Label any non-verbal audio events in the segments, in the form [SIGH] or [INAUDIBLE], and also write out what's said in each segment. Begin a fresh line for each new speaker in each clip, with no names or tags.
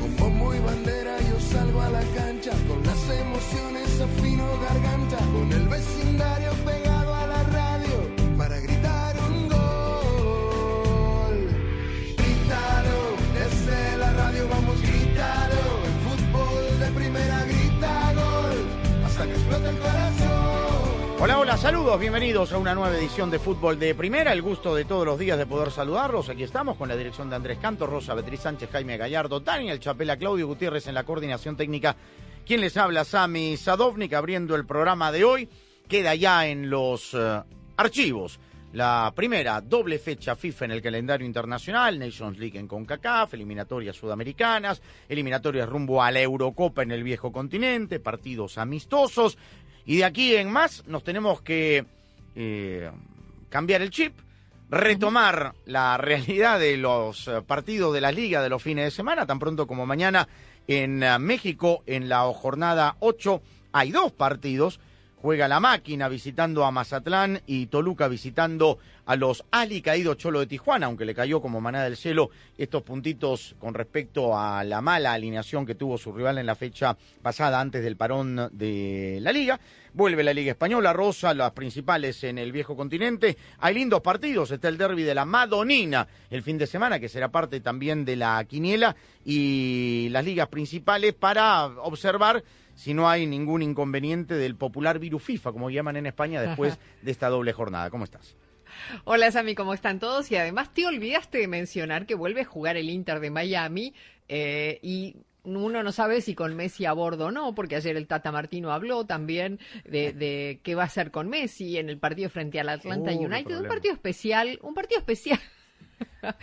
Con bombo y bandera yo salgo a la cancha, con las emociones afino garganta, con el vecindario pegado a la radio para gritar un gol. Grítalo, desde la radio vamos, grítalo, el fútbol de primera grita gol, hasta que explote el corazón.
Hola, hola, saludos, bienvenidos a una nueva edición de Fútbol de Primera. El gusto de todos los días de poder saludarlos. Aquí estamos con la dirección de Andrés Canto, Rosa Beatriz Sánchez, Jaime Gallardo, Daniel Chapela, Claudio Gutiérrez en la coordinación técnica. Quien les habla, Sami Sadovnik, abriendo el programa de hoy. Queda ya en los eh, archivos la primera doble fecha FIFA en el calendario internacional, Nations League en CONCACAF, eliminatorias sudamericanas, eliminatorias rumbo a la Eurocopa en el viejo continente, partidos amistosos. Y de aquí en más nos tenemos que eh, cambiar el chip, retomar la realidad de los eh, partidos de la liga de los fines de semana, tan pronto como mañana en eh, México, en la jornada 8, hay dos partidos. Juega la máquina visitando a Mazatlán y Toluca visitando a los Ali caído Cholo de Tijuana, aunque le cayó como manada del cielo estos puntitos con respecto a la mala alineación que tuvo su rival en la fecha pasada antes del parón de la liga. Vuelve la Liga Española, Rosa, las principales en el viejo continente. Hay lindos partidos, está el derby de la Madonina el fin de semana, que será parte también de la quiniela y las ligas principales para observar si no hay ningún inconveniente del popular virus FIFA, como llaman en España después de esta doble jornada. ¿Cómo estás?
Hola Sami, ¿cómo están todos? Y además te olvidaste de mencionar que vuelve a jugar el Inter de Miami eh, y uno no sabe si con Messi a bordo o no, porque ayer el Tata Martino habló también de, de qué va a hacer con Messi en el partido frente al Atlanta
Uh, qué
United, un
problema.
partido especial, un partido especial. [LAUGHS]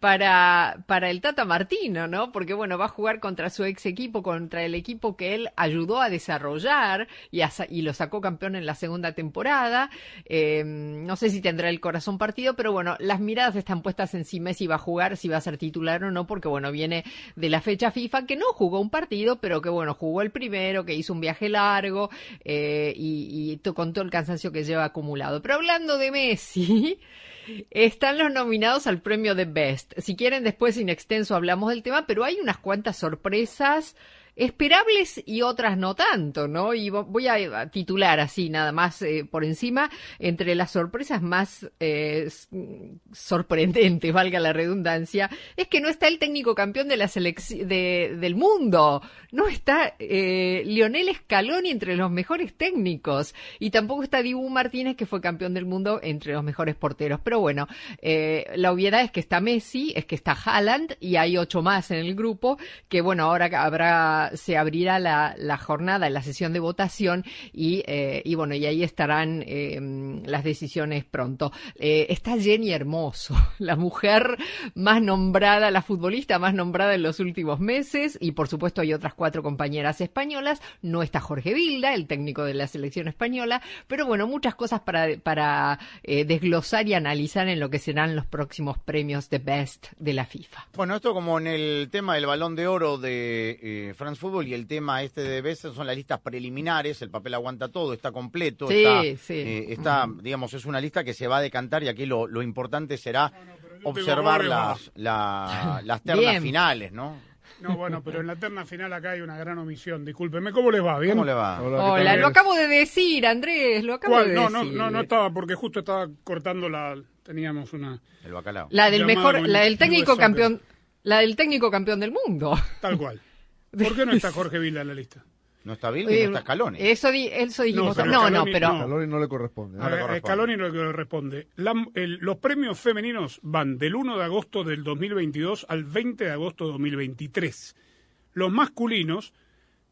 Para, para el Tata Martino, ¿no? Porque bueno, va a jugar contra su ex equipo, contra el equipo que él ayudó a desarrollar y, a sa- y lo sacó campeón en la segunda temporada. Eh, no sé si tendrá el corazón partido, pero bueno, las miradas están puestas en si Messi va a jugar, si va a ser titular o no, porque bueno, viene de la fecha FIFA que no jugó un partido, pero que bueno, jugó el primero, que hizo un viaje largo eh, y, y to- con todo el cansancio que lleva acumulado. Pero hablando de Messi. Están los nominados al premio de Best. Si quieren, después en extenso hablamos del tema, pero hay unas cuantas sorpresas esperables y otras no tanto, ¿no? Y vo- voy a a titular así, nada más eh, por encima, entre las sorpresas más eh, s- sorprendentes, [LAUGHS] valga la redundancia, es que no está el técnico campeón de la selec- de- del mundo, no está eh, Lionel Scaloni entre los mejores técnicos y tampoco está Dibu Martínez que fue campeón del mundo entre los mejores porteros. Pero bueno, eh, la obviedad es que está Messi, es que está Haaland y hay ocho más en el grupo que bueno, ahora habrá, se abrirá la, la jornada, la sesión de votación y, eh, y bueno, y ahí estarán eh, las decisiones pronto. Eh, está Jenny Hermoso, [LAUGHS] la mujer más nombrada, la futbolista más nombrada en los últimos meses y por supuesto hay otras cuatro compañeras españolas. No está Jorge Vilda, el técnico de la selección española, pero bueno, muchas cosas para, para eh, desglosar y analizar en lo que serán los próximos premios de Best de la FIFA.
Bueno, esto como en el tema del balón de oro de eh, France Football y el tema este de Besser son las listas preliminares, el papel aguanta todo, está completo,
Sí,
está,
sí.
eh, está, digamos, es una lista que se va a decantar y aquí lo, lo importante será
Ah,
observar
tengo
las,
varios
[LAUGHS]
la- las ternas
Bien.
finales, ¿no?
No, bueno, pero en la terna final acá hay una gran omisión. Discúlpeme, ¿cómo les va? ¿Bien?
¿Cómo le va?
Hola,
¿qué tal?
lo acabo de decir, Andrés, lo acabo
¿Cuál?
de
No,
decir.
no, no, no estaba, porque justo estaba cortando la. Teníamos una.
El bacalao.
La del
Llamada
mejor,
con
la del
el
técnico
hueso,
campeón, la del técnico campeón del mundo.
Tal cual. ¿Por qué no está Jorge Vila en la lista?
No está Bill y no está Scaloni.
Eso, di- eso dijimos.
No, pero
No, no,
Scaloni
pero.
no.
Scaloni no le corresponde. ¿eh?
No
A
le
ver,
corresponde.
Scaloni lo que le responde. La- el- los premios femeninos van del 1 de agosto del 2022 al 20 de agosto de 2023. Los masculinos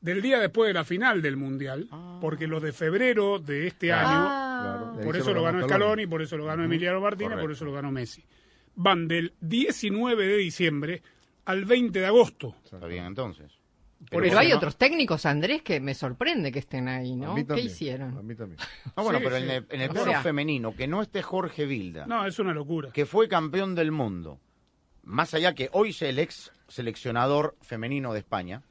del día después de la final del Mundial,
Ah.
porque los de febrero de este año
Ah.
Claro, le
Por
dice
eso lo ganó Scaloni, por eso lo ganó Emiliano Martínez,
correcto.
por eso lo ganó Messi. Van del 19 de diciembre al 20 de agosto.
Está bien entonces.
Por
Pero
eso
hay
no-
otros técnicos, Andrés, que me sorprende que estén ahí,
A
¿no?
mí
¿Qué
también, A
hicieron?
mí también.
No, bueno,
Sí,
pero
sí.
en el, en el
O
plano
sea-
femenino, que no esté Jorge Vilda,
No, es una locura.
que fue campeón del mundo, más allá que hoy es el ex seleccionador femenino de España,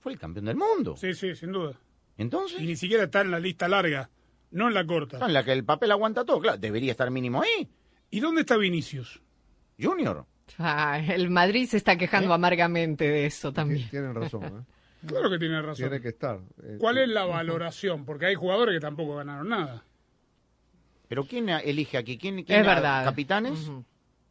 fue el campeón del mundo.
Sí, sí, sin duda.
Entonces,
Y ni siquiera está en la lista larga, no en la corta.
está en la que el papel aguanta todo, claro, debería estar mínimo ahí,
¿Y dónde está Vinicius?
Junior.
Ah, el Madrid se está quejando amargamente de eso [LAUGHS]
Tien-
también.
Tienen
[LAUGHS]
razón, ¿eh?
Claro que tiene razón.
Tiene que estar. Eh,
¿Cuál es la valoración? Porque hay jugadores que tampoco ganaron nada.
Pero ¿quién elige aquí? ¿Quién, quién
Es verdad.
Capitanes,
Ujú.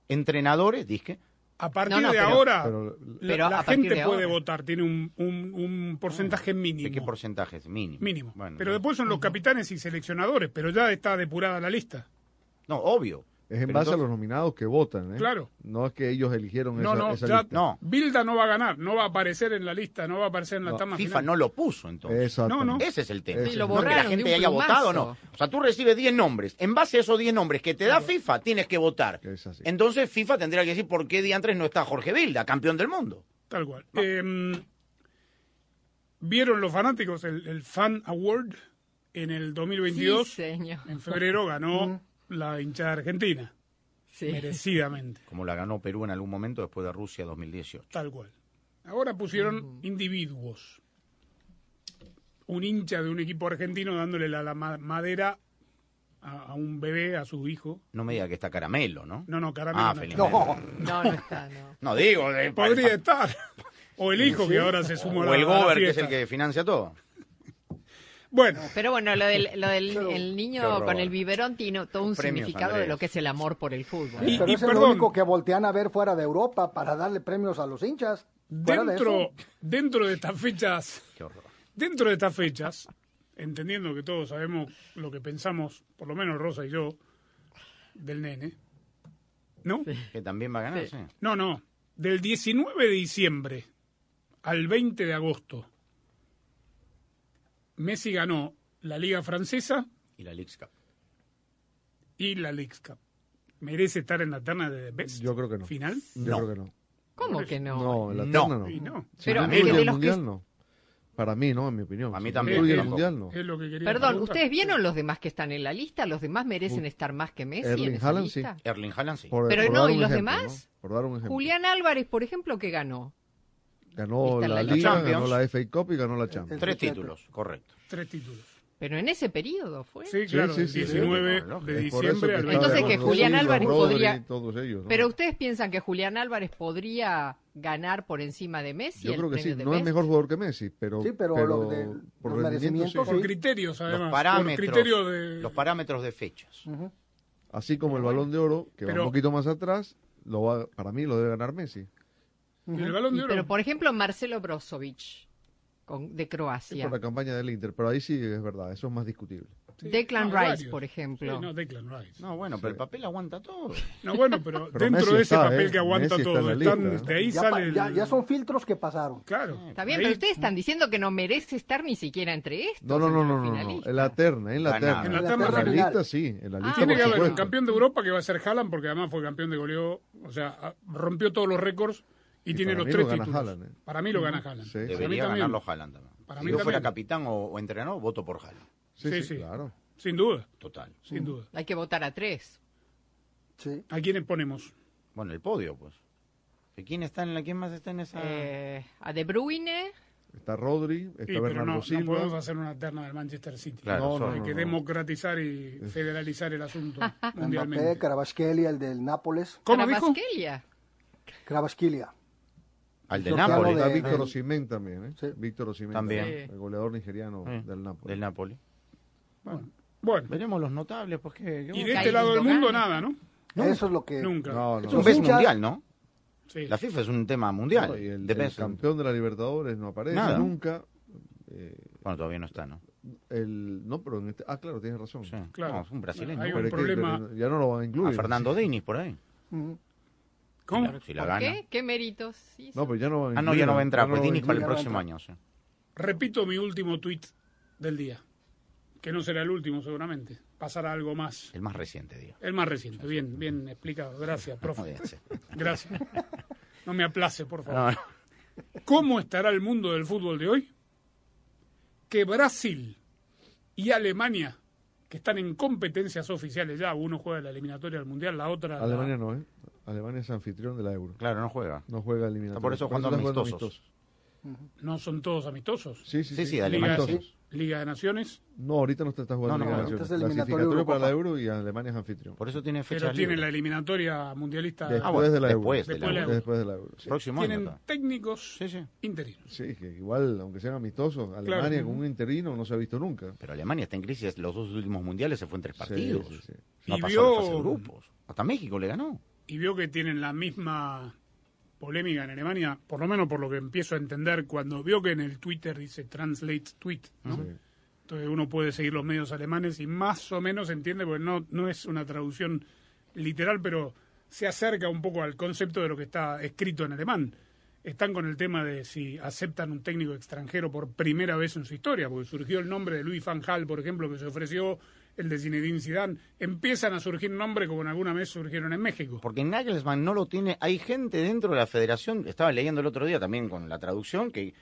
entrenadores, dije.
A partir
No, no,
de
pero-
ahora,
pero-
la,
pero
la
a partir
gente
de
puede
ahora.
votar, tiene un, un- un porcentaje mínimo.
¿De qué porcentajes? Mínimo.
mínimo.
Bueno,
pero
no.
después son los capitanes y seleccionadores, pero ya está depurada la lista.
No, obvio.
Es
Pero
en base a
entonces-
los nominados que votan, ¿eh?
Claro.
No es que ellos eligieron
No,
esa,
no,
esa
ya-
lista.
No,
Bilda no va a ganar, no va a aparecer en la lista, no va a aparecer en la
No,
tama
FIFA
final.
no lo puso entonces.
Exacto.
No, no.
Ese es el tema.
Sí, lo
no es que la
borraron de
gente
un
haya
plumazo.
votado, no. O sea, tú recibes 10 nombres. En base a esos 10 nombres que te da FIFA, tienes que votar.
Es así.
Entonces FIFA tendría que decir por qué diantres no está Jorge Vilda, campeón del mundo.
Tal cual. Eh, ¿Vieron los fanáticos el, el Fan Award en el 2022?
Sí, señor.
En febrero
Mm.
ganó la hinchada argentina,
Sí.
merecidamente,
Como la ganó Perú en algún momento después de Rusia 2018.
tal cual. Ahora
Mm.
pusieron individuos. Un hincha de un equipo argentino dándole la, la ma- madera a, a un bebé, a su hijo.
No me diga que está Caramelo, ¿no?
No, no,
Ah,
Caramelo. no
Felipe.
está.
No,
No, no está, no.
no digo. eh, pa-
Podría
pa-
estar. O el hijo que ahora se sumó a la
o el
a la
Gober, que es
fiesta.
el que financia todo.
Bueno,
Pero bueno, lo del, lo del el
Qué
niño
horror.
con el biberón tiene todo un
Premios,
significado de
Andrés.
lo que es el amor por el fútbol.
Y-
Sí, pero
y
es el
perdón.
único que voltean a ver fuera de Europa para darle premios a los hinchas. Fuera de
dentro,
eso,
dentro de estas fechas
Qué horror.
Dentro de estas fechas, entendiendo que todos sabemos lo que pensamos, por lo menos Rosa y yo, del nene, ¿no?
Que también va a ganar, sí.
No, no, del 19 de diciembre al 20 de agosto, Messi ganó la Liga Francesa
Y la Leagues Cup.
y la League Cup. ¿Merece estar en la terna de The Best?
Yo creo que no.
¿Final?
Yo
No.
creo que no.
¿Cómo que no?
No, en la
No.
terna no.
Y no.
Si
Pero
yo
que de
incluyo
los
el
que-
mundial, no. Para mí, no, en mi opinión.
A mí
Si yo
también,
incluyo el
tampoco.
mundial, no.
Es lo que quería
Perdón,
preguntar.
¿ustedes vieron los demás que están en la lista? ¿Los demás merecen
Uh,
estar más que Messi en
Erling
esa
Haaland, sí.
lista?
Erling Haaland, sí.
Por-
Pero
por
no,
dar
¿y
un
los
ejemplo,
demás?
¿no? Por dar un ejemplo.
Julián Álvarez, por ejemplo, que ganó.
Ganó
Está en
la,
la
Liga,
Champions. Eh,
ganó la FA Cup y ganó la Champions.
Tres títulos, correcto.
Tres títulos.
Pero en ese periodo fue.
Sí,
Sí,
claro,
sí,
del
sí, sí.
19
Por
de
Es por
diciembre al
eso estaba
20
Entonces,
de
que
acuerdo
Julián
ellos,
Álvarez
Rodri
podría-
y todos ellos, ¿no?
Pero ustedes piensan que Julián Álvarez podría ganar por encima de Messi.
Yo
el
creo que sí,
premio de
no es
Best?
mejor jugador que Messi, pero,
Sí, pero lo de-
por
los
rendimiento
merecimientos,
sí.
Por criterios, además.
Los
por
parámetros,
criterios de...
los parámetros de fechas.
Así como el balón de oro, que va
Pero-
un poquito más atrás, lo va, para mí lo debe ganar Messi.
El balón
Y-
de oro.
pero, por ejemplo, Marcelo Brozovic con- de
Sí,
Croacia.
por la campaña del Inter, pero ahí sí es verdad, eso es más discutible.
Sí,
Declan
no,
Rice,
varios.
por ejemplo.
Sí, no, Declan Rice. No,
No, bueno, pero el papel aguanta todo.
bueno, pero,
Pero
dentro
Messi
de ese
está,
papel
¿eh?
que aguanta
Messi está
todo,
en la
están-
lista,
de ahí
ya, pa-
sale el...
ya- ya son filtros que pasaron.
Claro.
Está bien,
ahí-
pero ustedes están diciendo que no merece estar ni siquiera entre estos.
No, no, no,
entre
no,
los
no, no,
finalistas.
en la terna, en la
Ganado.
terna.
En la
En
terna
la
final.
lista sí,
Ah.
en la lista
Tiene
por
que haber un
supuesto.
campeón de Europa que va a ser Haaland, porque además fue campeón de goleo, o sea, a- rompió todos los récords y,
Y
tiene
para
los
mí
tres
lo gana
títulos.
Haaland, ¿eh?
Para mí lo gana Haaland.
Sí.
Para mí
Debería
también.
ganarlo Haaland también.
Para
si
mí
yo fuera
también.
capitán o, o entrenador, voto por Haaland.
Sí,
Sí,
sí,
sí.
claro.
Sin duda,
Total.
sin duda.
Hay que votar a tres.
Sí.
¿A quiénes ponemos?
Bueno, el podio, pues. ¿Y ¿Quién está en la quién más está en esa?
Eh, a De Bruyne,
Está Rodri,
Sí,
está
pero
Bernardo
no, no
Silva.
podemos hacer una terna del Manchester City.
Claro,
no, no,
sorry.
Hay que democratizar y federalizar el asunto
Mbappé,
mundialmente.
Carabasquelia, el del Nápoles.
¿Cómo dijo?
Carabasquelia.
Carabasquelia.
Al del
Yo te hablo
Napoli.
Está
de-
Víctor
de-
Osimhen también, ¿eh?
Sí.
Víctor Osimhen
También.
Sí.
el goleador nigeriano
Eh,
del Napoli.
Del Napoli.
Bueno, bueno.
Veremos los notables, pues que.
Y de
Nunca
este
hay
lado del
Gundogan.
mundo nada, ¿no?
Eso es lo que.
Nunca.
No,
Es
no.
Es un
Los
pez
hinchas-
mundial, ¿no?
Sí.
La FIFA es un tema mundial.
No, y el,
de
el
pez.
campeón de la Libertadores no aparece
Nada.
nunca. Eh,
Bueno, todavía no está, ¿no?
el, no, pero en este- ah, claro, tienes razón.
Sí.
No,
Claro.
No, es un brasileño.
Hay
pero
un
es que
problema.
ya no lo van a
A
incluir.
Fernando Diniz por ahí.
Ujú.
¿Cómo?
Si la
¿Por
gana.
qué? ¿Qué méritos hizo?
No, pues, pero ya no van a
Ah, no,
incluir
ya no va a entrar.
ya no
Pues
lo van a
Diniz para el
incluir.
próximo año. sí.
Repito mi último tuit del día, que no será el último seguramente, pasará algo más.
El más reciente, digo.
El más reciente, bien, bien explicado. Gracias, profe.
[LAUGHS]
Joder, sí.
Gracias. No me aplace, por favor.
No, no.
¿Cómo estará el mundo del fútbol de hoy? Que Brasil y Alemania, que están en competencias oficiales ya, uno juega la eliminatoria al Mundial, la otra... la-
Alemania no, ¿eh? Alemania es anfitrión de la Euro.
Claro, no juega.
No juega eliminatoria.
Ah, Por eso jugando
están
amistosos.
No son todos amistosos.
Sí,
Sí,
sí, sí.
sí, Alemania.
Liga,
Amistosos.
Liga de Naciones,
No, ahorita no está, está jugando
No, no,
Liga de
ahorita
Naciones.
es eliminatoria
Clasificatorio para la
Eurocopa.
Euro y Alemania es anfitrión.
Por eso tiene fecha
pero tienen la eliminatoria mundialista.
Después
Ah, bueno,
de la Euro.
después de
la Euro.
Después de la Euro. sí.
Próximo año.
tienen
está.
técnicos
Sí, sí.
interinos.
Sí, que igual, aunque sean amistosos, Alemania con un interino no se ha visto nunca.
Pero Alemania está en crisis. Los dos últimos mundiales se fue en tres
Sí,
partidos.
sí, sí.
No
Y
pasó
vio-
la fase de grupos. Hasta México le ganó.
Y vio que tienen la misma polémica en Alemania, por lo menos por lo que empiezo a entender cuando vio que en el Twitter dice translate tweet, ¿no?
Sí.
Entonces uno puede seguir los medios alemanes y más o menos entiende, porque no, no es una traducción literal, pero se acerca un poco al concepto de lo que está escrito en alemán. Están con el tema de si aceptan un técnico extranjero por primera vez en su historia, porque surgió el nombre de Luis Van Gaal, por ejemplo, que se ofreció el de Zinedine Zidane. Empiezan a surgir nombres como en alguna vez surgieron en México.
Porque Nagelsmann no lo tiene. Hay gente dentro de la federación. Estaba leyendo el otro día también con la traducción que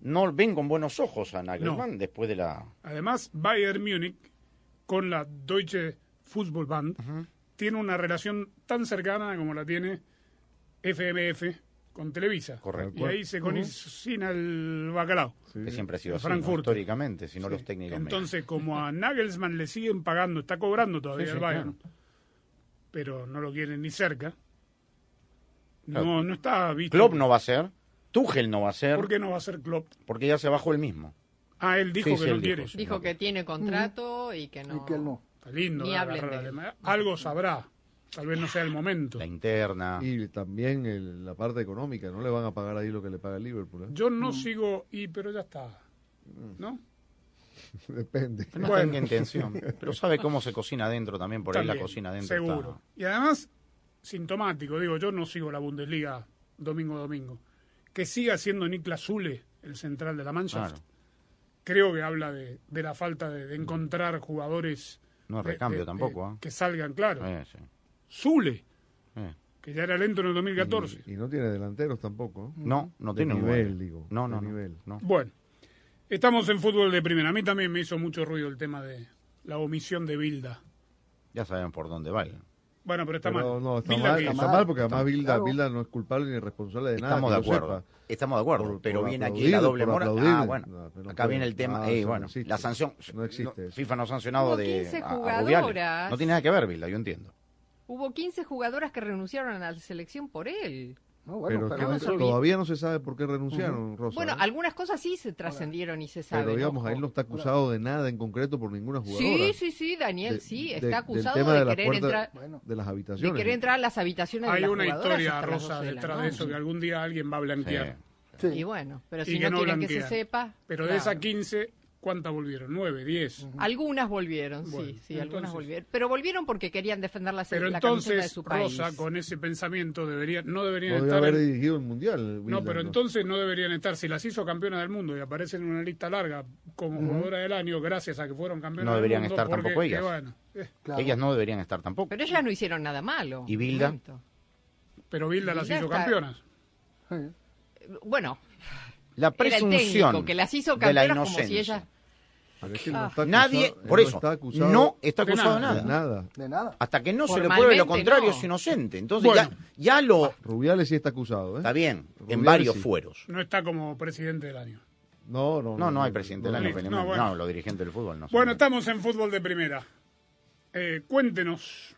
no ven con buenos ojos a Nagelsmann después de la.
Además, Bayern Múnich, con la Deutsche Fußballband, tiene una relación tan cercana como la tiene FMF con Televisa.
Correcto.
Y ahí se conocina el bacalao.
Sí,
Que
sí.
siempre ha sido
El
así, ¿no?
Eh, Frankfurt.
históricamente, si no los técnicos.
Entonces, como
[LAUGHS]
a Nagelsmann le siguen pagando, está cobrando todavía
Sí, sí,
el Bayern, pero no lo quieren ni cerca. No,
Claro.
no está visto.
Klopp no va a ser, Tuchel no va a ser,
¿Por qué no va a ser Klopp?
porque ya se bajó el mismo.
Ah, él dijo
Sí,
que
sí,
no
él dijo,
quiere.
sí.
Dijo que tiene contrato y que no.
Y que él no.
Está lindo.
Ni
eh,
hablen
agarrar
de él.
Alemania. Algo sabrá. Tal vez no sea el momento.
La interna.
Y también el- la parte económica, no le van a pagar ahí lo que le paga el Liverpool. ¿eh? [LAUGHS]
Yo no
Mm.
sigo, y pero ya está. ¿No?
Depende.
No
Bueno.
tenga
[LAUGHS]
intención. Pero sabe cómo se cocina adentro también, por ahí
También,
la cocina adentro.
Seguro.
está-
Y además, sintomático, digo, yo no sigo la Bundesliga domingo a domingo. Que siga siendo Niklas Zule el central de la Mannschaft,
Claro. Mm.
creo que habla de, de la falta de, de encontrar jugadores.
No,
de-
recambio
de-
tampoco,
de-
¿eh?
Que salgan, claro.
Eh, sí,
Zule,
eh.
que ya era lento en el 2014.
Y, y no tiene delanteros tampoco. ¿eh?
No, no
De
tiene un
nivel,
buen-
digo,
No,
de
no, no,
nivel.
no.
Bueno, estamos en fútbol de primera. A mí también me hizo mucho ruido el tema de la omisión de Bilda.
Ya saben por dónde va. el-
Bueno, pero está
Pero
mal.
no, está
Bilda
mal,
que-
está
mal,
mal porque además Bilda,
claro.
Bilda no es culpable ni responsable de nada.
Estamos de
que yo
acuerdo.
sepa.
Estamos de acuerdo,
Por-
pero
por
viene aquí la
aplaudir,
doble
por
moral.
aplaudir.
Ah, bueno.
No, pero no
acá
puede.
viene el tema.
No,
eh,
eso no
bueno,
existe.
la sanción.
No existe eso.
FIFA no ha sancionado
Hubo
de.
15
a- a Rubiales.
jugadoras.
no tiene nada que ver, Vilda, yo entiendo.
Hubo 15 jugadoras que renunciaron a la selección por él.
No, bueno,
pero
pero,
no
que
eso-
sabía.
todavía no se sabe por qué renunciaron, Rosa.
Bueno,
¿eh?
algunas cosas sí se trascendieron y se saben.
Pero digamos,
ojo.
ahí no está acusado de nada en concreto por ninguna jugadora.
Sí, sí, sí, Daniel,
De-
sí.
de-
Está acusado
del tema
de,
la
querer
puerta
entrar.
Bueno.
de las
De
habitaciones.
querer entrar a las habitaciones de
Hay
las
una
jugadoras
historia
hasta las 12
rosa
de la
detrás de eso que
noche.
algún día alguien va a blanquear.
Sí.
sí.
Y bueno, pero
Y
si
que
no,
no
quieren que se
blanquean.
sepa.
Pero de
claro.
esas 15, ¿cuántas volvieron? ¿9, 10?
Algunas volvieron, sí,
Bueno,
sí, algunas
entonces-
volvieron. Pero volvieron porque querían defender la, se-
Pero
la camiseta de
entonces
su país.
Rosa, con ese pensamiento, debería, no deberían
Podría
estar...
haber
en-
dirigido el mundial.
No,
Bilda,
pero entonces no deberían estar. Si las hizo campeona del mundo y aparecen en una lista larga como jugadora del año, gracias a que fueron campeonas
No
del
deberían
mundo,
estar
porque,
tampoco ellas.
que bueno, eh,
claro.
Ellas no deberían estar tampoco.
Pero ellas no hicieron nada malo.
¿Y Bilda?
Momento.
pero Bilda las
Bilda
hizo
está-
campeonas.
Sí.
Bueno,
La
Era el técnico
presunción
que las hizo
de la
campeonas como si
inocencia.
ellas-
Pero es que él no está
Nadie,
acusado- él
por
no
eso,
está acusado
no está acusado de nada.
nada.
de nada.
De nada.
Hasta que no se le pruebe lo
Formalmente,
contrario
no.
es inocente. Entonces
Bueno.
ya, ya lo...
Rubiales sí está acusado, ¿eh?
Está bien, en
Rubiales
varios
sí.
fueros.
No está como presidente del año.
No, no,
No, no hay presidente del
no,
año,
no,
felizmente.
bueno.
No, los dirigentes del fútbol no. son-
Bueno, estamos en fútbol de primera. Eh, cuéntenos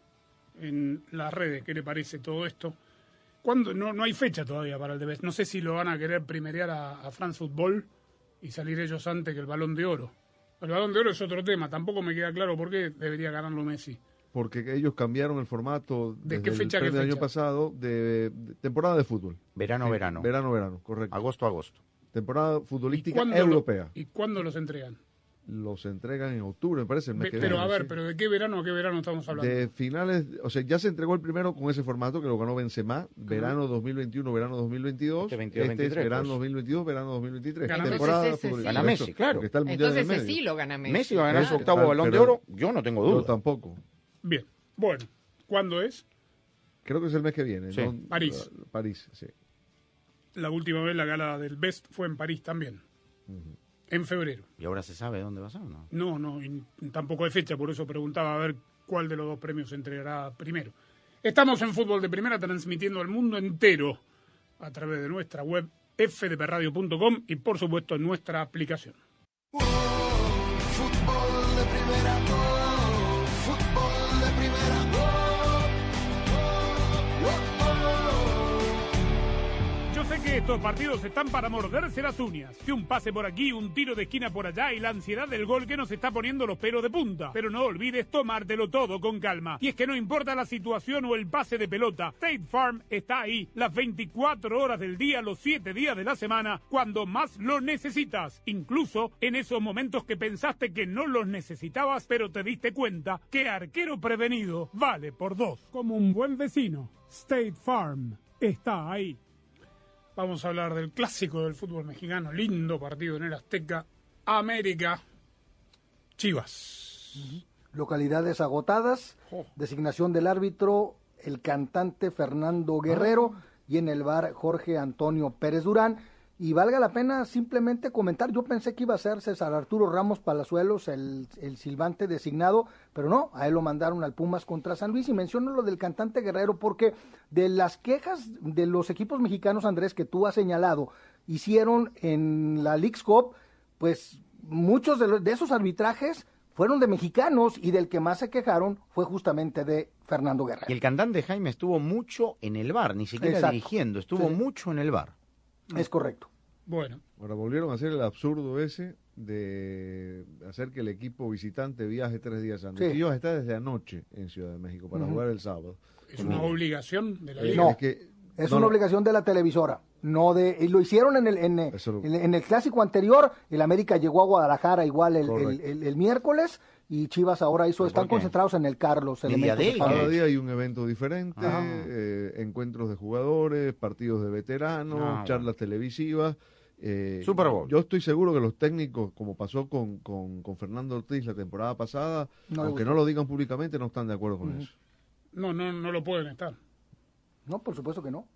en las redes qué le parece todo esto. ¿Cuándo? No, no hay fecha todavía para el de No sé si lo van a querer primerear a, a France Football y salir ellos antes que el balón de oro. El balón de oro es otro tema. Tampoco me queda claro por qué debería ganarlo Messi.
Porque ellos cambiaron el formato
¿De
desde
qué fecha a
el
qué
premio del año
fecha?
pasado de, de temporada de fútbol.
Verano, verano.
Verano, verano, correcto.
Agosto, agosto.
Temporada
¿Y
futbolística
cuándo, lo-
europea.
¿Y cuándo los entregan?
Los entregan en octubre, me parece. el mes
Ve-
que
pero
viene,
a ver,
sí.
pero ¿de qué verano a qué verano estamos hablando?
De finales, o sea, ya se entregó el primero con ese formato que lo ganó Benzema, verano 2021, verano 2022,
Este
este,
22,
es
23,
verano
pues.
2022, verano 2023,
Gana
temporada
Messi.
futbolística.
Gana Messi, claro.
Porque está el mundial en
entonces
el
ese sí
medio.
lo gana Messi.
Messi va a ganar su
Claro.
octavo
Ah,
balón de
pero-
oro, yo no tengo
Yo
duda.
tampoco.
Bien, bueno, ¿cuándo es?
Creo que es el mes que viene.
Sí.
¿no? Ah,
París.
París, sí.
La última vez la gala del Best fue en París también, en febrero.
¿Y ahora se sabe dónde va a ser o no?
No, no, y tampoco hay fecha, por eso preguntaba a ver cuál de los dos premios se entregará primero. Estamos en Fútbol de Primera transmitiendo al mundo entero a través de nuestra web fdpradio.com y por supuesto en nuestra aplicación.
Fútbol de primera, oh, fútbol de primera, oh,
Yo sé que estos partidos están para morderse las uñas. Que un pase por aquí, un tiro de esquina por allá y la ansiedad del gol que nos está poniendo los pelos de punta. Pero no olvides tomártelo todo con calma. Y es que no importa la situación o el pase de pelota, State Farm está ahí las 24 horas del día, los 7 días de la semana, cuando más lo necesitas. Incluso en esos momentos que pensaste que no los necesitabas, pero te diste cuenta que arquero prevenido vale por dos. Como un buen vecino, State Farm está ahí. Vamos a hablar del clásico del fútbol mexicano, lindo partido en el Azteca, América, Chivas.
Localidades agotadas,
Oh.
designación del árbitro, el cantante Fernando Guerrero y en el bar Jorge Antonio Pérez Durán. Y valga la pena simplemente comentar, yo pensé que iba a ser César Arturo Ramos Palazuelos el, el silbante designado, pero no, a él lo mandaron al Pumas contra San Luis. Y menciono lo del cantante Guerrero porque de las quejas de los equipos mexicanos, Andrés, que tú has señalado, hicieron en la League's Cup, pues muchos de, los- de esos arbitrajes fueron de mexicanos y del que más se quejaron fue justamente de Fernando Guerrero.
Y el cantante Jaime estuvo mucho en el bar, ni siquiera
Exacto.
dirigiendo, estuvo
Sí.
mucho en el bar.
Es correcto.
Bueno,
Ahora volvieron a hacer el absurdo ese de hacer que el equipo visitante viaje tres días antes.
Sí.
Chivas está desde anoche en Ciudad de México para
Ujú.
jugar el sábado.
es una obligación de la
Eh,
liga.
No.
es que-
Es
no,
una
no.
obligación de la televisora. No de, y lo hicieron en el, en, eh,
Eso lo-
en- en el clásico anterior. El América llegó a Guadalajara igual el, el-
Correcto.
el- el miércoles y Chivas ahora hizo.
¿Pero
Están
por qué?
concentrados en el Carlos.
Ni
elementos Ah,
día de él,
separados.
Cada
¿Qué?
día hay un evento diferente,
Ah.
eh, encuentros de jugadores, partidos de veteranos,
Ah, bueno.
charlas televisivas. eh,
Super Bowl.
Yo estoy seguro que los técnicos, como pasó con, con, con Fernando Ortiz la temporada pasada,
No le
aunque
gustó.
no lo digan públicamente, no están de acuerdo con eso.
No, no, no lo pueden estar.
No, por supuesto que no.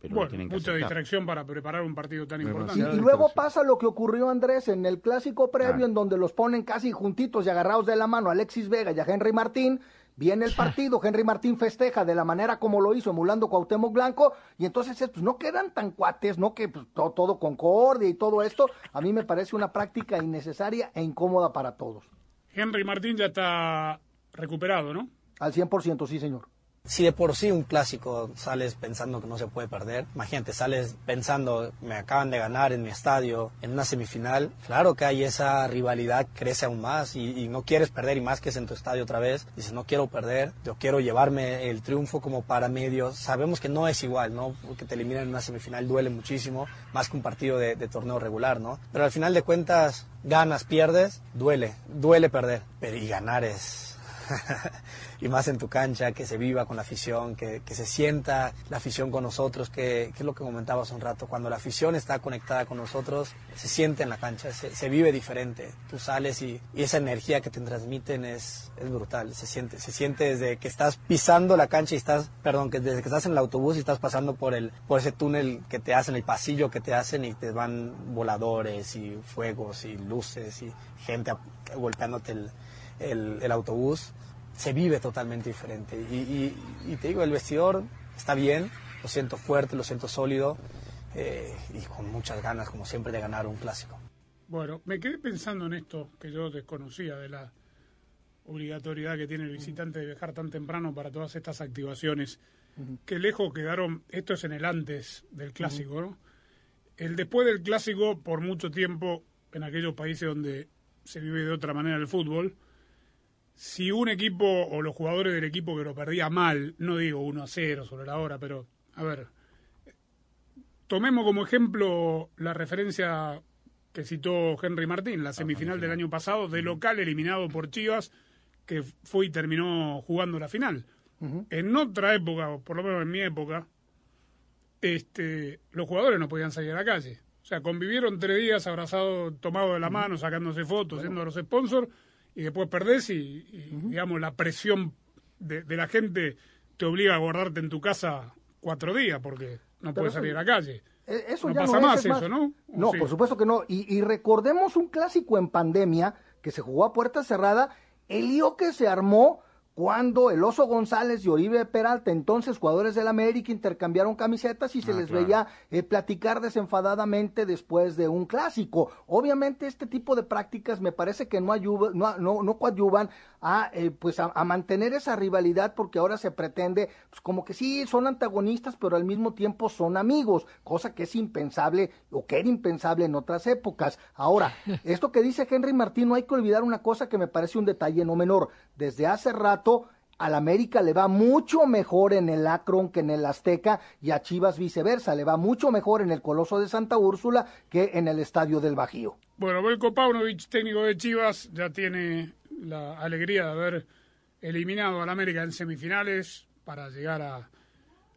Pero lo
bueno,
tienen que
mucha
aceptar.
distracción para preparar un partido tan
Demasiado.
Y,
importante.
y
Claro,
luego
entonces.
pasa lo que ocurrió, Andrés, en el clásico previo,
Ah.
en donde los ponen casi juntitos y agarrados de la mano a Alexis Vega y a Henry Martín. Viene el partido, Henry Martín festeja de la manera como lo hizo, emulando a Cuauhtémoc Blanco, y entonces eh, pues, no quedan tan cuates, ¿no? Que pues, to- todo concordia y todo esto, a mí me parece una práctica innecesaria e incómoda para todos.
Henry Martín ya está recuperado, ¿no?
Al 100%, sí, señor.
Si de por sí un clásico sales pensando que no se puede perder, imagínate, sales pensando, me acaban de ganar en mi estadio, en una semifinal, claro que hay esa rivalidad, crece aún más y, y no quieres perder y más que es en tu estadio otra vez, dices no quiero perder, yo quiero llevarme el triunfo como para medio, sabemos que no es igual, ¿no? Porque te eliminan en una semifinal duele muchísimo, más que un partido de, de torneo regular, ¿no? Pero al final de cuentas, ganas, pierdes, duele, duele perder, pero y ganar es... [LAUGHS] y más en tu cancha, que se viva con la afición, que, que se sienta la afición con nosotros, que, que es lo que comentabas un rato, cuando la afición está conectada con nosotros, se siente en la cancha, se, se vive diferente, tú sales y, y esa energía que te transmiten es, es brutal, se siente, se siente desde que estás pisando la cancha y estás, perdón, que desde que estás en el autobús y estás pasando por, el, por ese túnel que te hacen, el pasillo que te hacen y te van voladores y fuegos y luces y gente ap- golpeándote el- el- el autobús se vive totalmente diferente. Y, y- y te digo, el vestidor está bien, lo siento fuerte, lo siento sólido eh, y con muchas ganas, como siempre, de ganar un clásico.
Bueno, me quedé pensando en esto que yo desconocía de la obligatoriedad que tiene el visitante de viajar tan temprano para todas estas activaciones. Qué lejos quedaron, esto es en el antes del clásico, ¿no? El después del clásico, por mucho tiempo, en aquellos países donde se vive de otra manera el fútbol, si un equipo o los jugadores del equipo que lo perdía mal, no digo 1 a 0 sobre la hora, pero a ver, tomemos como ejemplo la referencia que citó Henry Martín, la semifinal del año pasado, de local eliminado por Chivas, que fue y terminó jugando la final. En otra época, o por lo menos en mi época, este, los jugadores no podían salir a la calle. O sea, convivieron tres días abrazados, tomados de la mano, sacándose fotos, siendo los sponsors, y después perdés y, y, digamos, la presión de, de la gente te obliga a guardarte en tu casa cuatro días porque no puedes
eso-
salir a la calle.
Eh, Eso
No
ya
pasa
no es,
más
es más.
eso, ¿no? ¿O
No,
sí?
por supuesto que no. Y, y recordemos un clásico en pandemia que se jugó a puerta cerrada, el lío que se armó cuando el Oso González y Oribe Peralta, entonces jugadores del América, intercambiaron camisetas y se
Ah,
les
claro.
veía eh, platicar desenfadadamente después de un clásico. Obviamente este tipo de prácticas me parece que no, ayuda, no, no, no coadyuvan a, eh, pues a, a mantener esa rivalidad porque ahora se pretende pues como que sí, son antagonistas pero al mismo tiempo son amigos, cosa que es impensable o que era impensable en otras épocas. Ahora, esto que dice Henry Martín, no hay que olvidar una cosa que me parece un detalle no menor. Desde hace rato al América le va mucho mejor en el Akron que en el Azteca y a Chivas viceversa, le va mucho mejor en el Coloso de Santa Úrsula que en el Estadio del Bajío.
Bueno, Belko Paunovic, técnico de Chivas, ya tiene la alegría de haber eliminado al América en semifinales para llegar a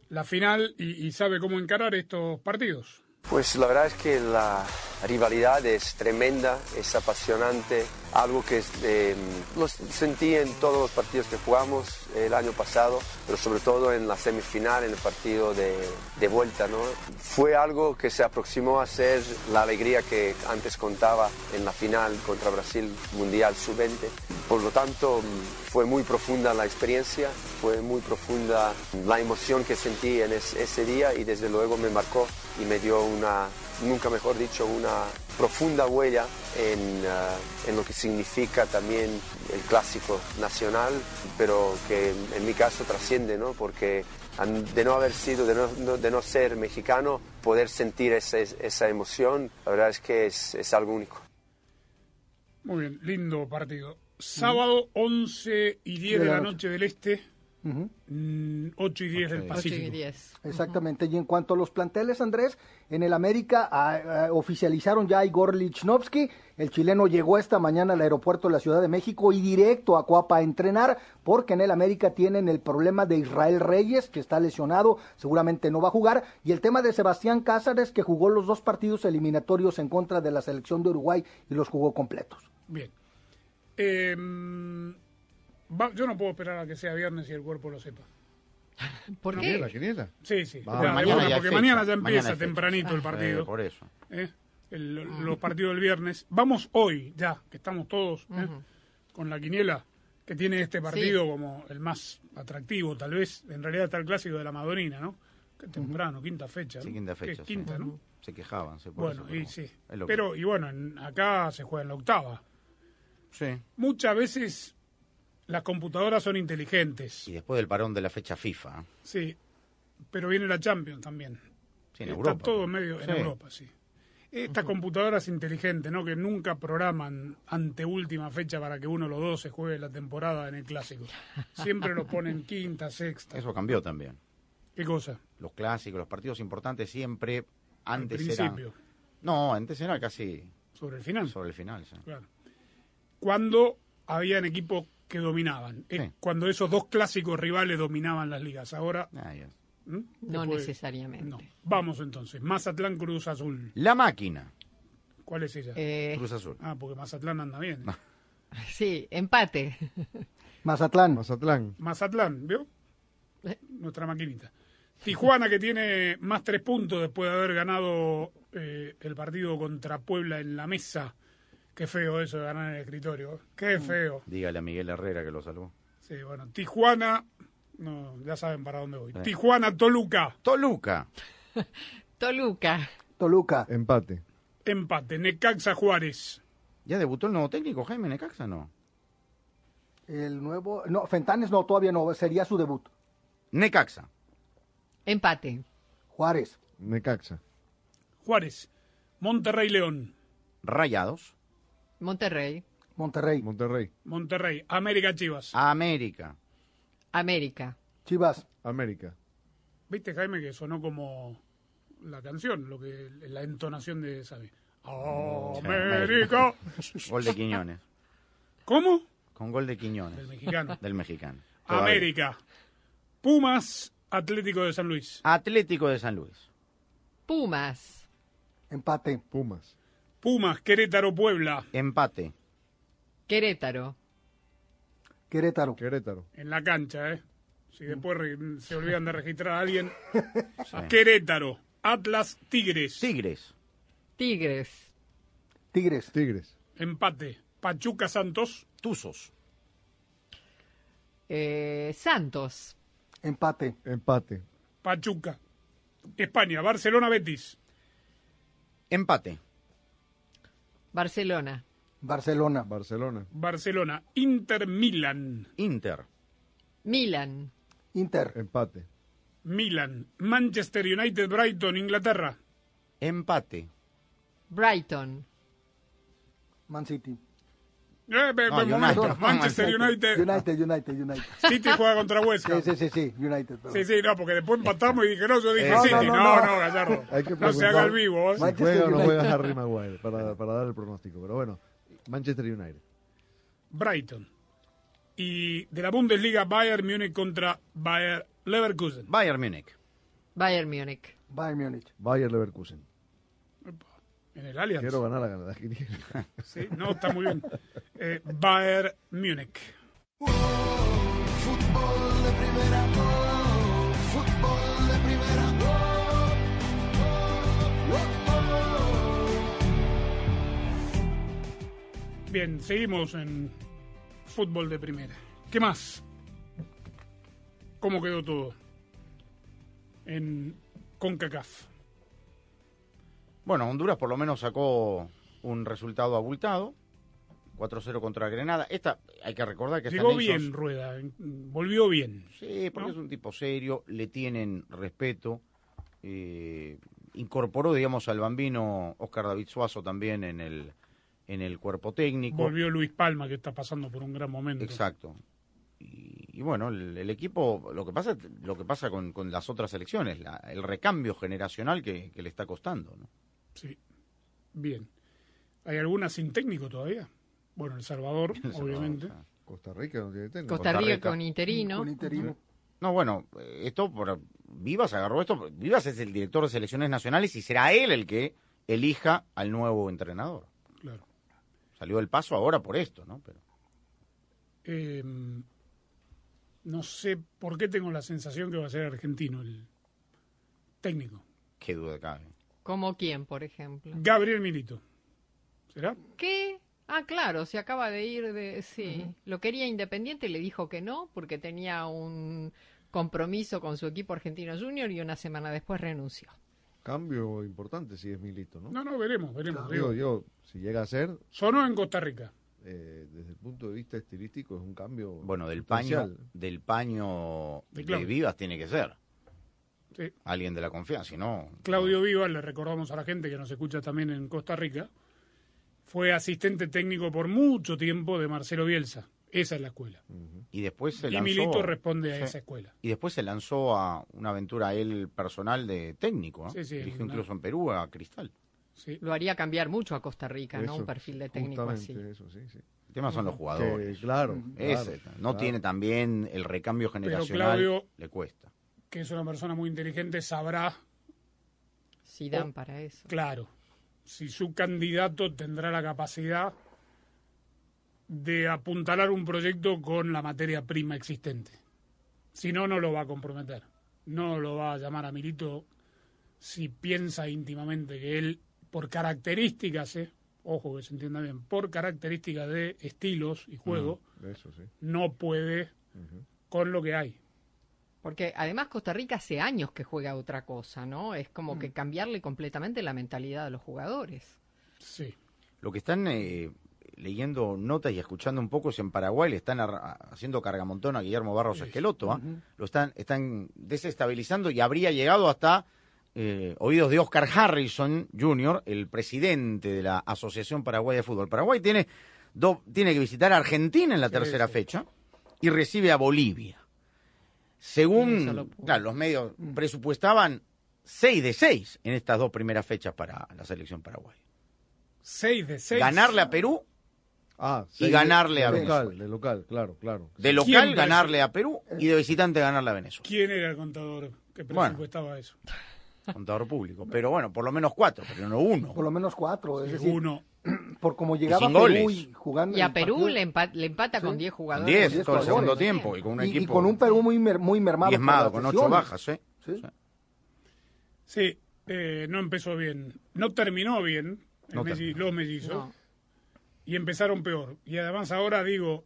la final y, y sabe cómo encarar estos partidos.
Pues la verdad es que la rivalidad es tremenda, es apasionante, algo que eh, lo sentí en todos los partidos que jugamos el año pasado, pero sobre todo en la semifinal, en el partido de, de vuelta. ¿no? Fue algo que se aproximó a ser la alegría que antes contaba en la final contra Brasil Mundial Sub-20. Por lo tanto, mm, fue muy profunda la experiencia, fue muy profunda la emoción que sentí en es- ese día y desde luego me marcó y me dio una, nunca mejor dicho, una profunda huella en, eh, en lo que significa también el clásico nacional, pero que en mi caso trasciende, ¿no? Porque an- de no haber sido, de no, no- de no ser mexicano, poder sentir ese- esa emoción, la verdad es que es- es algo único.
Muy bien, lindo partido. Sábado 11 y 10 de la noche del Este,
Ujú.
mm, 8 y 10 del
Ocho
Ocho y
y
Pacífico.
diez.
Exactamente. Y en cuanto a los planteles, Andrés, en el América ah, ah, oficializaron ya a Igor Lichnowsky. El chileno llegó esta mañana al aeropuerto de la Ciudad de México y directo a Coapa a entrenar, porque en el América tienen el problema de Israel Reyes, que está lesionado, seguramente no va a jugar, y el tema de Sebastián Cázares, que jugó los dos partidos eliminatorios en contra de la selección de Uruguay y los jugó completos.
Bien. Eh, va- yo no puedo esperar a que sea viernes y el cuerpo lo sepa.
¿Por
Quiniela,
qué?
quiniela.
Sí, sí.
Vamos,
Ya, de
Ah, mañana
una,
ya hay
porque
fecha.
mañana ya
Mañana hay
empieza
fecha.
tempranito el partido.
Eh, por eso.
¿eh? El- los partidos del viernes. Vamos hoy, ya, que estamos todos ¿eh? con la quiniela, que tiene este partido como el más atractivo, tal vez. En realidad está el clásico de la Madonina, ¿no? Que temprano, quinta fecha. ¿no?
Sí, quinta
Que es
fecha. sí.
quinta, ¿no?
Se quejaban. se- por
Bueno,
eso,
y sí.
es lo que-
Pero, y bueno, en- acá se juega en la octava.
Sí.
Muchas veces las computadoras son inteligentes.
Y después del parón de la fecha FIFA. ¿eh?
Sí. Pero viene la Champions también.
Sí, en
Está
Europa.
todo
pero-
medio en
Sí.
Europa, sí. Estas computadoras inteligentes, ¿no? Que nunca programan ante última fecha para que uno de los dos se juegue la temporada en el clásico. Siempre lo ponen quinta, sexta.
Eso cambió también.
¿Qué cosa?
Los clásicos, los partidos importantes siempre
Al
antes eran.
principio,
No, antes era casi
sobre el final.
sobre el final. sí.
Claro. Cuando habían equipos que dominaban. Es
Sí.
Cuando esos dos clásicos rivales dominaban las ligas. Ahora.
Ah, bien.
¿m?
No
Después-
necesariamente.
No. Vamos entonces. Mazatlán Cruz Azul.
La máquina.
¿Cuál es ella?
Eh,
Cruz Azul.
Ah, porque Mazatlán anda bien. ¿eh?
sí, empate. [LAUGHS]
Mazatlán.
Mazatlán.
Mazatlán, ¿vio?
Eh.
Nuestra maquinita. Tijuana que tiene más tres puntos después de haber ganado eh, el partido contra Puebla en la mesa. Qué feo eso de ganar en el escritorio. Qué feo.
Dígale a Miguel Herrera que lo salvó.
Sí, bueno, Tijuana. No, ya saben para dónde voy.
Eh.
Tijuana, Toluca,
Toluca.
Toluca.
Toluca.
Empate.
empate. Necaxa, Juárez.
¿Ya debutó el nuevo técnico, Jaime Necaxa? No.
El nuevo. No, Fentanes no, todavía no. Sería su debut.
Necaxa.
Empate.
Juárez.
Necaxa.
Juárez, Monterrey, León.
Rayados.
Monterrey.
Monterrey.
Monterrey.
Monterrey, América, Chivas.
América.
América.
Chivas.
América.
¿Viste, Jaime, que sonó como la canción, lo que la entonación de Xavi? ¡América!
Gol de Quiñones.
¿Cómo?
Con gol de
Del
Quiñones.
mexicano.
Del mexicano. [LAUGHS] Todavía.
América. Pumas, Atlético de San Luis.
Atlético de San Luis.
Pumas.
Empate.
Pumas.
Pumas, Querétaro, Puebla.
Empate.
Querétaro.
Querétaro.
Querétaro.
En la cancha, ¿eh? Si después re- se olvidan de registrar a alguien.
[LAUGHS] Sí.
Querétaro, Atlas Tigres.
Tigres.
Tigres.
Tigres.
Tigres.
Empate. Pachuca Santos.
Tuzos.
Eh, Santos.
Empate.
Empate.
Pachuca. España. Barcelona Betis.
Empate.
Barcelona.
Barcelona.
Barcelona.
Barcelona. Inter Milan.
Inter.
Milan.
Inter.
Empate.
Milan. Manchester United Brighton. Inglaterra. Eh,
Empate.
Brighton.
Man City.
Eh, be-
No,
be-
United.
Manchester, Manchester United.
United, United,
[LAUGHS]
United.
City juega contra Huesca.
Sí, sí, sí, sí, United. perdón.
Sí, sí, no, porque después empatamos y dije, no, yo dije
Eh, no,
City. No,
no,
no,
no, no.
Gallardo.
[LAUGHS] Hay que
No se haga el vivo. ¿eh?
Si
Manchester
juega o no
United.
juega Harry Maguire para, para dar el pronóstico. Pero bueno, Manchester United.
Brighton. Y de la Bundesliga, Bayern Múnich contra Bayer Leverkusen.
Bayern Múnich.
Bayern Múnich.
Bayern Múnich.
Bayer Leverkusen.
En el Allianz.
Quiero ganar a
[LAUGHS]
ganar. Quiero
Sí, no, está muy bien. Eh, Bayern Múnich.
Fútbol de primera, oh, fútbol de primera, oh, oh, oh.
Bien, seguimos en fútbol de primera. ¿Qué más? ¿Cómo quedó todo? En CONCACAF.
Bueno, Honduras por lo menos sacó un resultado abultado. 4-0 contra Grenada. Esta, hay que recordar que esta
Llegó
Nations-
bien Rueda, en- volvió bien.
Sí, porque
¿No?
es un tipo serio, le tienen respeto. eh, incorporó, digamos, al bambino Oscar David Suazo también en el, en el cuerpo técnico.
Volvió Luis Palma, que está pasando por un gran momento.
Exacto. Y, y bueno, el, el equipo, lo que pasa, lo que pasa con, con las otras elecciones, la- el recambio generacional que, que le está costando. ¿no? [LAUGHS]
Sí. Bien. ¿Hay alguna sin técnico todavía? Bueno, El Salvador, obviamente.
Costa Rica no tiene técnico.
Costa
Costa
Rica
Rica.
con interino.
Con interino.
No, bueno, eh, esto por Vivas agarró esto. Vivas es el director de selecciones nacionales y será él el que elija al nuevo entrenador.
Claro.
Salió el paso ahora por esto, ¿no? Pero
Eh, no sé por qué tengo la sensación que va a ser argentino el técnico.
qué duda cabe.
¿Como quién, por ejemplo?
Gabriel Milito. ¿Será?
¿Qué? Ah, claro, se acaba de ir de... Sí, lo quería Independiente, le dijo que no, porque tenía un compromiso con su equipo argentino junior y una semana después renunció.
Cambio importante si es Milito, ¿no?
No, no, veremos, veremos.
Digo
digo.
yo, si llega a ser,
Sonó en Costa Rica.
eh, desde el punto de vista estilístico, es un cambio.
Bueno, del paño,
sustancial.
del paño
De
de,
Claudio.
Vivas tiene que ser
Sí.
alguien de la confianza, si no.
Claudio Vivas, le recordamos a la gente que nos escucha también en Costa Rica, fue asistente técnico por mucho tiempo de Marcelo Bielsa. Esa es la escuela.
Y después se
Y
lanzó.
Milito responde a
Sí.
esa escuela.
Y después se lanzó a una aventura él personal de técnico, ¿no?
Sí, sí,
Dirigió
una-
incluso en Perú a Cristal.
Sí.
Lo haría cambiar mucho a Costa Rica, ¿no?
Eso,
Un perfil de técnico así.
justamente eso, sí, sí.
El tema son los
Que,
jugadores.
claro,
Ese,
claro,
no
claro.
tiene también el recambio generacional.
Claudio-
Le cuesta.
Que es una persona muy inteligente, sabrá,
Si dan para eso.
claro, si su candidato tendrá la capacidad de apuntalar un proyecto con la materia prima existente. Si no, no lo va a comprometer. No lo va a llamar a Milito si piensa íntimamente que él, por características, eh, ojo que se entienda bien, por características de estilos y juego,
Mm.
Eso, sí.
no puede con lo que hay.
Porque además Costa Rica hace años que juega otra cosa, ¿no? Es como
Mm.
que cambiarle completamente la mentalidad de los jugadores.
Sí.
Lo que están eh, leyendo notas y escuchando un poco es en Paraguay, le están ar- haciendo cargamontón a Guillermo Barros Esqueloto. ¿ah? Lo están, están desestabilizando y habría llegado hasta eh, oídos de Oscar Harrison Jr., el presidente de la Asociación Paraguaya de Fútbol. Paraguay tiene, do- tiene que visitar a Argentina en la tercera
sí.
fecha y recibe a Bolivia.
Sí, solo
Según
por-
claro, los medios
Mm.
presupuestaban 6 de 6 en estas dos primeras fechas para la selección paraguaya.
Seis de seis.
Ganarle a Perú
Ah,
Y
sí,
ganarle
de
a
local,
Venezuela.
de local, claro, claro.
De
¿Quién
local
presi-
ganarle a Perú y de visitante ganarle a Venezuela.
¿Quién era el contador que
Bueno.
presupuestaba eso?
Contador público. Pero bueno, por lo menos cuatro, pero no uno.
Por lo menos cuatro. Es decir,
Uno.
por como llegaba
sin
Perú
goles.
y jugando.
Y a
el
Perú
partido-
le, empa- le empata con 10
Con
jugadores.
diez,
diez
todo el
jugadores.
segundo tiempo. Y con un
y- y
equipo
con un Perú muy, mer- muy mermado. por
diezmado,
las
con ocho
lesiones.
bajas, ¿eh?
Sí.
Sí, eh, no empezó bien. No terminó bien el
No
melli-
terminó.
los mellizos.
No.
Y empezaron peor. Y además ahora digo,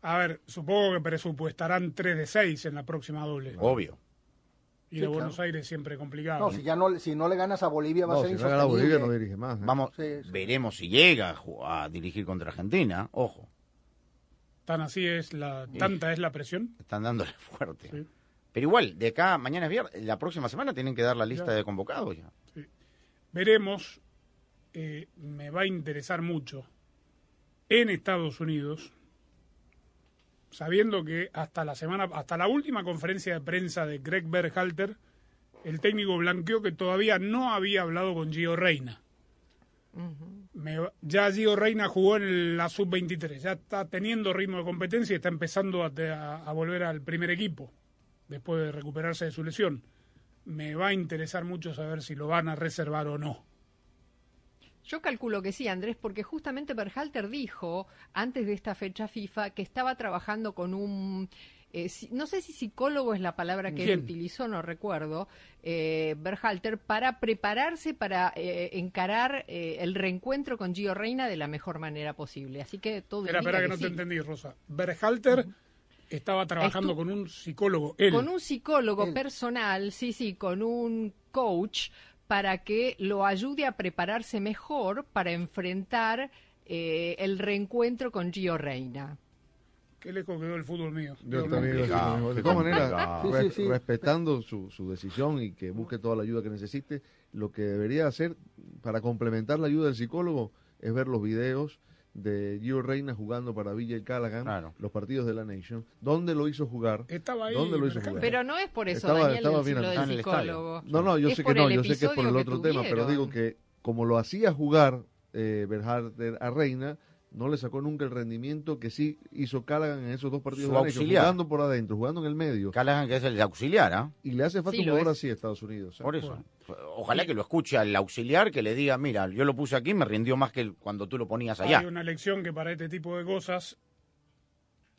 a ver, supongo que presupuestarán 3 de 6 en la próxima doble.
Obvio.
y
Sí,
de Buenos Aires siempre complicado.
No, si, ya no, le- si no le ganas a Bolivia va
No,
a ser
si no gana
insostenible.
Bolivia no dirige más. ¿eh?
Vamos,
Sí, sí.
veremos si llega a ju- a, dirigir contra Argentina. Ojo,
Tan así es la, tanta es la presión.
están dándole [LAUGHS] fuerte.
Sí.
Pero igual, de acá mañana es viernes, la próxima semana tienen que dar la lista
Ya.
de convocados ya.
Veremos, eh, me va a interesar mucho en Estados Unidos, sabiendo que hasta la semana, hasta la última conferencia de prensa de Greg Berhalter, el técnico blanqueó que todavía no había hablado con Gio Reina. Me va- ya Gio Reina jugó en el- la sub-23, ya está teniendo ritmo de competencia y está empezando a, te- a- a volver al primer equipo después de recuperarse de su lesión. Me va a interesar mucho saber si lo van a reservar o no.
Yo calculo que sí, Andrés, porque justamente Berhalter dijo antes de esta fecha FIFA que estaba trabajando con un... eh, si- no sé si psicólogo es la palabra que él
Bien.
utilizó, no recuerdo, eh, Berhalter, para prepararse para eh, encarar eh, el reencuentro con Gio Reina de la mejor manera posible. Así que todo
Espera,
indica
espera que
que
no te
sí.
entendí, Rosa. Berhalter estaba trabajando
Estu-
con un psicólogo, él.
con un psicólogo
Él.
personal, sí, sí, con un coach para que lo ayude a prepararse mejor para enfrentar eh, el reencuentro con Gio Reina.
Qué lejos quedó el fútbol mío.
Yo
No,
también
no.
lo
complicado,
digo.
qué
De todas maneras,
complicado.
re-
Sí, sí, sí.
respetando su, su decisión y que busque toda la ayuda que necesite, lo que debería hacer para complementar la ayuda del psicólogo es ver los videos de Gio Reina jugando para Villa y Callaghan,
Claro.
los partidos de la Nation, dónde lo hizo jugar.
Estaba ahí.
¿Dónde lo hizo
Berhalter.
jugar?
Pero no es por eso,
Estaba-
Daniel,
estaba bien
lo
acá en
del
el estadio.
psicólogo.
No, no, yo
Es
sé que
por
no,
el
yo sé que es por el
episodio que
otro tema, pero
tuvieron.
digo que como lo hacía jugar eh, Berhalter a Reina, no le sacó nunca el rendimiento que sí hizo Callaghan en esos dos partidos
Su
de la Nation,
auxiliar.
jugando por adentro, jugando en el medio.
Callahan, que es el auxiliar, ¿ah?
Y le hace falta
Sí,
un
lo
jugador
es.
así a Estados Unidos. ¿eh?
Por eso. Ojalá que lo escuche al auxiliar que le diga, mira, yo lo puse aquí, me rindió más que el- cuando tú lo ponías
Hay
allá.
una lección que para este tipo de cosas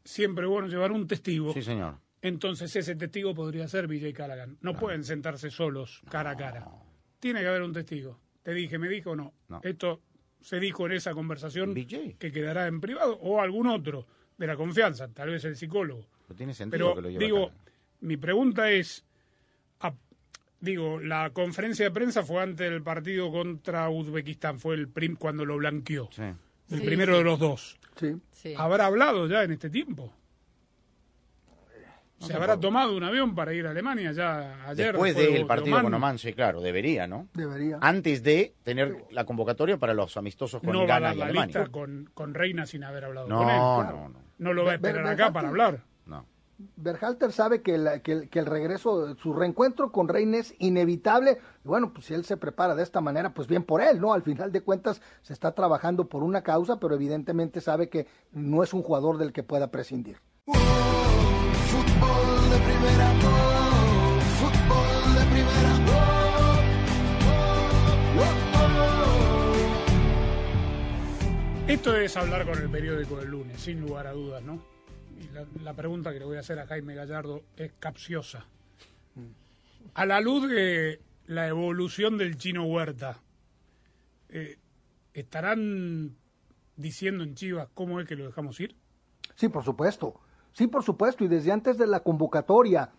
siempre es bueno llevar un testigo.
Sí, señor.
Entonces ese testigo podría ser Vijay Callaghan. No pueden sentarse solos cara a cara. Tiene que haber un testigo. Te dije, me dijo o no.
No.
Esto se dijo en esa conversación
Vijay.
que quedará en privado o algún otro de la confianza, tal vez el psicólogo.
Pero tiene sentido
Pero
que lo lleve
digo,
Callahan.
mi pregunta es, a- digo, la conferencia de prensa fue antes del partido contra Uzbekistán, fue el prim cuando lo blanqueó,
Sí.
el
Sí,
primero
sí.
de los dos.
Sí.
Sí.
¿Habrá hablado ya en este tiempo? ¿Se habrá tomado un avión para ir a Alemania ya ayer?
Después del partido
Oman?
con Oman, sí, claro, debería, ¿no?
Debería.
Antes de tener la convocatoria para los amistosos con
No va a
Ghana
dar
y
la
Alemania.
lista con, con Reina sin haber hablado
No,
con él.
no, no,
No lo va a
Ver-
esperar
ver-
acá
ver-
para hablar.
no.
Berhalter sabe que, la- que el, que el regreso, su reencuentro con Reina es inevitable. Y bueno, pues si él se prepara de esta manera, pues bien por él, ¿no? Al final de cuentas se está trabajando por una causa, pero evidentemente sabe que no es un jugador del que pueda prescindir.
Fútbol de primera, oh, fútbol de primera, oh, oh, oh.
Esto es hablar con el periódico del lunes, sin lugar a dudas, ¿no? Y la, la pregunta que le voy a hacer a Jaime Gallardo es capciosa. A la luz de la evolución del chino Huerta, eh, ¿estarán diciendo en Chivas cómo es que lo dejamos ir?
Sí, por supuesto. Sí, por supuesto. Y desde antes de la convocatoria,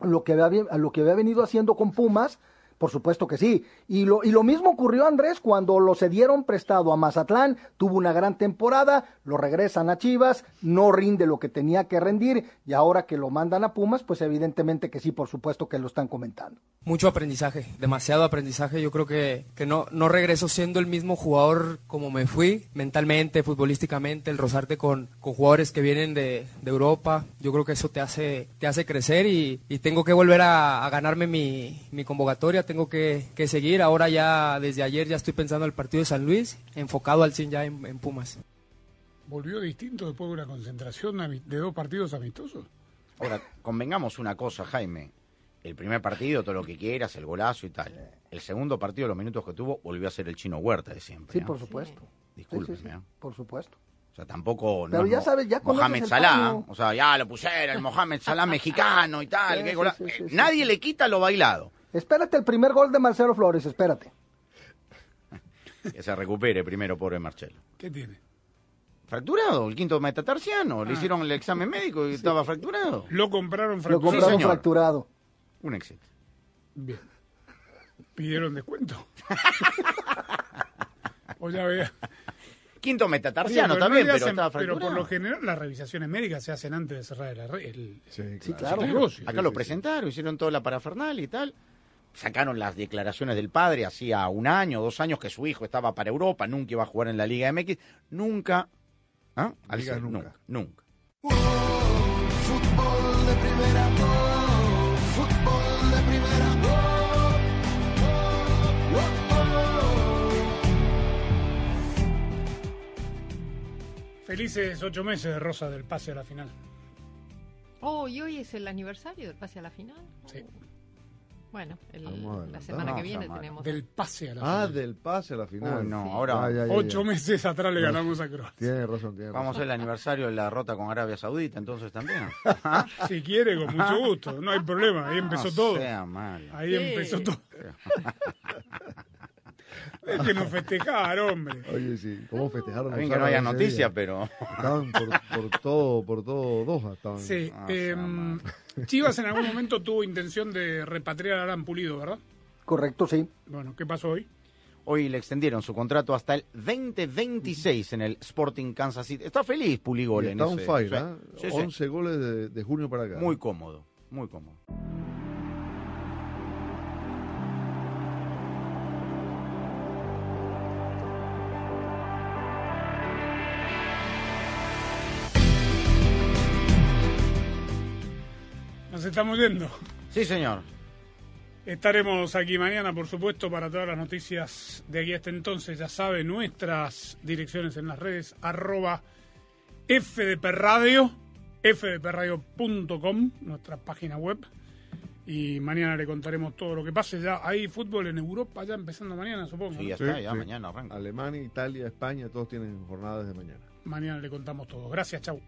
lo que había, lo que había venido haciendo con Pumas, por supuesto que sí. Y lo, y lo mismo ocurrió, Andrés, cuando lo cedieron prestado a Mazatlán, tuvo una gran temporada, lo regresan a Chivas, no rinde lo que tenía que rendir, y ahora que lo mandan a Pumas, pues evidentemente que sí, por supuesto que lo están comentando.
Mucho aprendizaje, demasiado aprendizaje. Yo creo que, que no, no regreso siendo el mismo jugador como me fui, mentalmente, futbolísticamente, el rozarte con, con jugadores que vienen de, de Europa. Yo creo que eso te hace, te hace crecer y, y tengo que volver a, a ganarme mi, mi convocatoria, tengo que, que seguir. Ahora ya, desde ayer, ya estoy pensando en el partido de San Luis, enfocado al 100 ya en- en Pumas.
¿Volvió distinto después de una concentración ami- de dos partidos amistosos?
Ahora, convengamos una cosa, Jaime. El primer partido, todo lo que quieras, el golazo y tal. El segundo partido, los minutos que tuvo, volvió a ser el chino Huerta de siempre.
Sí,
¿eh?
por supuesto. Sí, sí, sí,
Discúlpeme, ¿eh?
por supuesto.
O sea, tampoco.
Pero
es
ya
Mo-
sabes, ya conoces
Mohamed
el
Salah.
paño.
O sea, ya lo pusieron, el Mohamed Salah mexicano y tal.
Sí, [LAUGHS]
qué
sí,
gola-
sí, sí,
eh,
sí,
Nadie le quita lo bailado.
Espérate el primer gol de Marcelo Flores, espérate.
Que se recupere primero, pobre Marcelo.
¿Qué tiene?
Fracturado, el quinto metatarsiano. Le hicieron el examen médico y estaba fracturado.
Lo compraron
Lo
fracturado.
compraron
señor.
fracturado.
Un éxito.
Bien. Pidieron
[LAUGHS]
descuento. o ya vea.
Quinto metatarsiano
Digo,
también,
no le
pero
hacen-
estaba
pero
fracturado.
por lo general las revisiones médicas se hacen antes de cerrar el, arre- el-
Sí, claro.
el negocio.
Acá lo presentaron, hicieron toda la parafernal y tal. Sacaron las declaraciones del padre hacía un año, dos años que su hijo estaba para Europa, nunca iba a jugar en la Liga MX. Nunca. ¿Ah? Al
Digas
ser,
nunca.
nunca. Nunca.
Fútbol de primera, oh, fútbol de primera, oh, oh,
Felices ocho meses de Rosa del pase a la final.
Oh, y hoy es el aniversario del pase a la final.
Sí.
Bueno, el-
Vamos a
la
adelantar.
semana que viene
Vamos a
tenemos.
Del pase a la
Ah,
final.
del pase a la final.
Uy, no,
Sí.
ahora
Ah, ya, ya, ya.
Ocho meses atrás le ganamos a Croacia.
Tiene razón, tiene
vamos
razón.
a el aniversario de la derrota con Arabia Saudita, entonces también.
Si quiere, con mucho gusto. No hay problema. Ahí empezó
No
todo.
Ah, sea malo.
Ahí
Sí.
[LAUGHS]
empezó todo. es que nos festejar, hombre.
Oye, sí, ¿cómo festejaron?
Está
los
bien que no haya
árabes ese día?
noticias, pero.
Estaban por, por todo, por todo Doha. Estaban.
Sí.
Ah,
eh,
sea, man.
Chivas en algún momento tuvo intención de repatriar a Alan Pulido, ¿verdad?
Correcto, sí.
Bueno, ¿qué pasó hoy?
Hoy le extendieron su contrato hasta el 2026 en el Sporting Kansas City. Está feliz Puligol
Y
en
Está on
ese-
fire,
sí,
¿ah?
sí, sí.
11 goles de, de junio para acá.
Muy cómodo, muy cómodo.
Nos estamos yendo.
Sí, señor.
Estaremos aquí mañana, por supuesto, para todas las noticias de aquí hasta entonces. Ya sabe, nuestras direcciones en las redes, arroba FDP Radio, fdpradio.com, nuestra página web. Y mañana le contaremos todo lo que pase. Ya hay fútbol en Europa, ya empezando mañana, supongo.
Sí,
¿no?
ya
Sí,
está, ya
sí.
mañana arranca.
Alemania, Italia, España, todos tienen jornadas de mañana.
Mañana le contamos todo. Gracias, chau.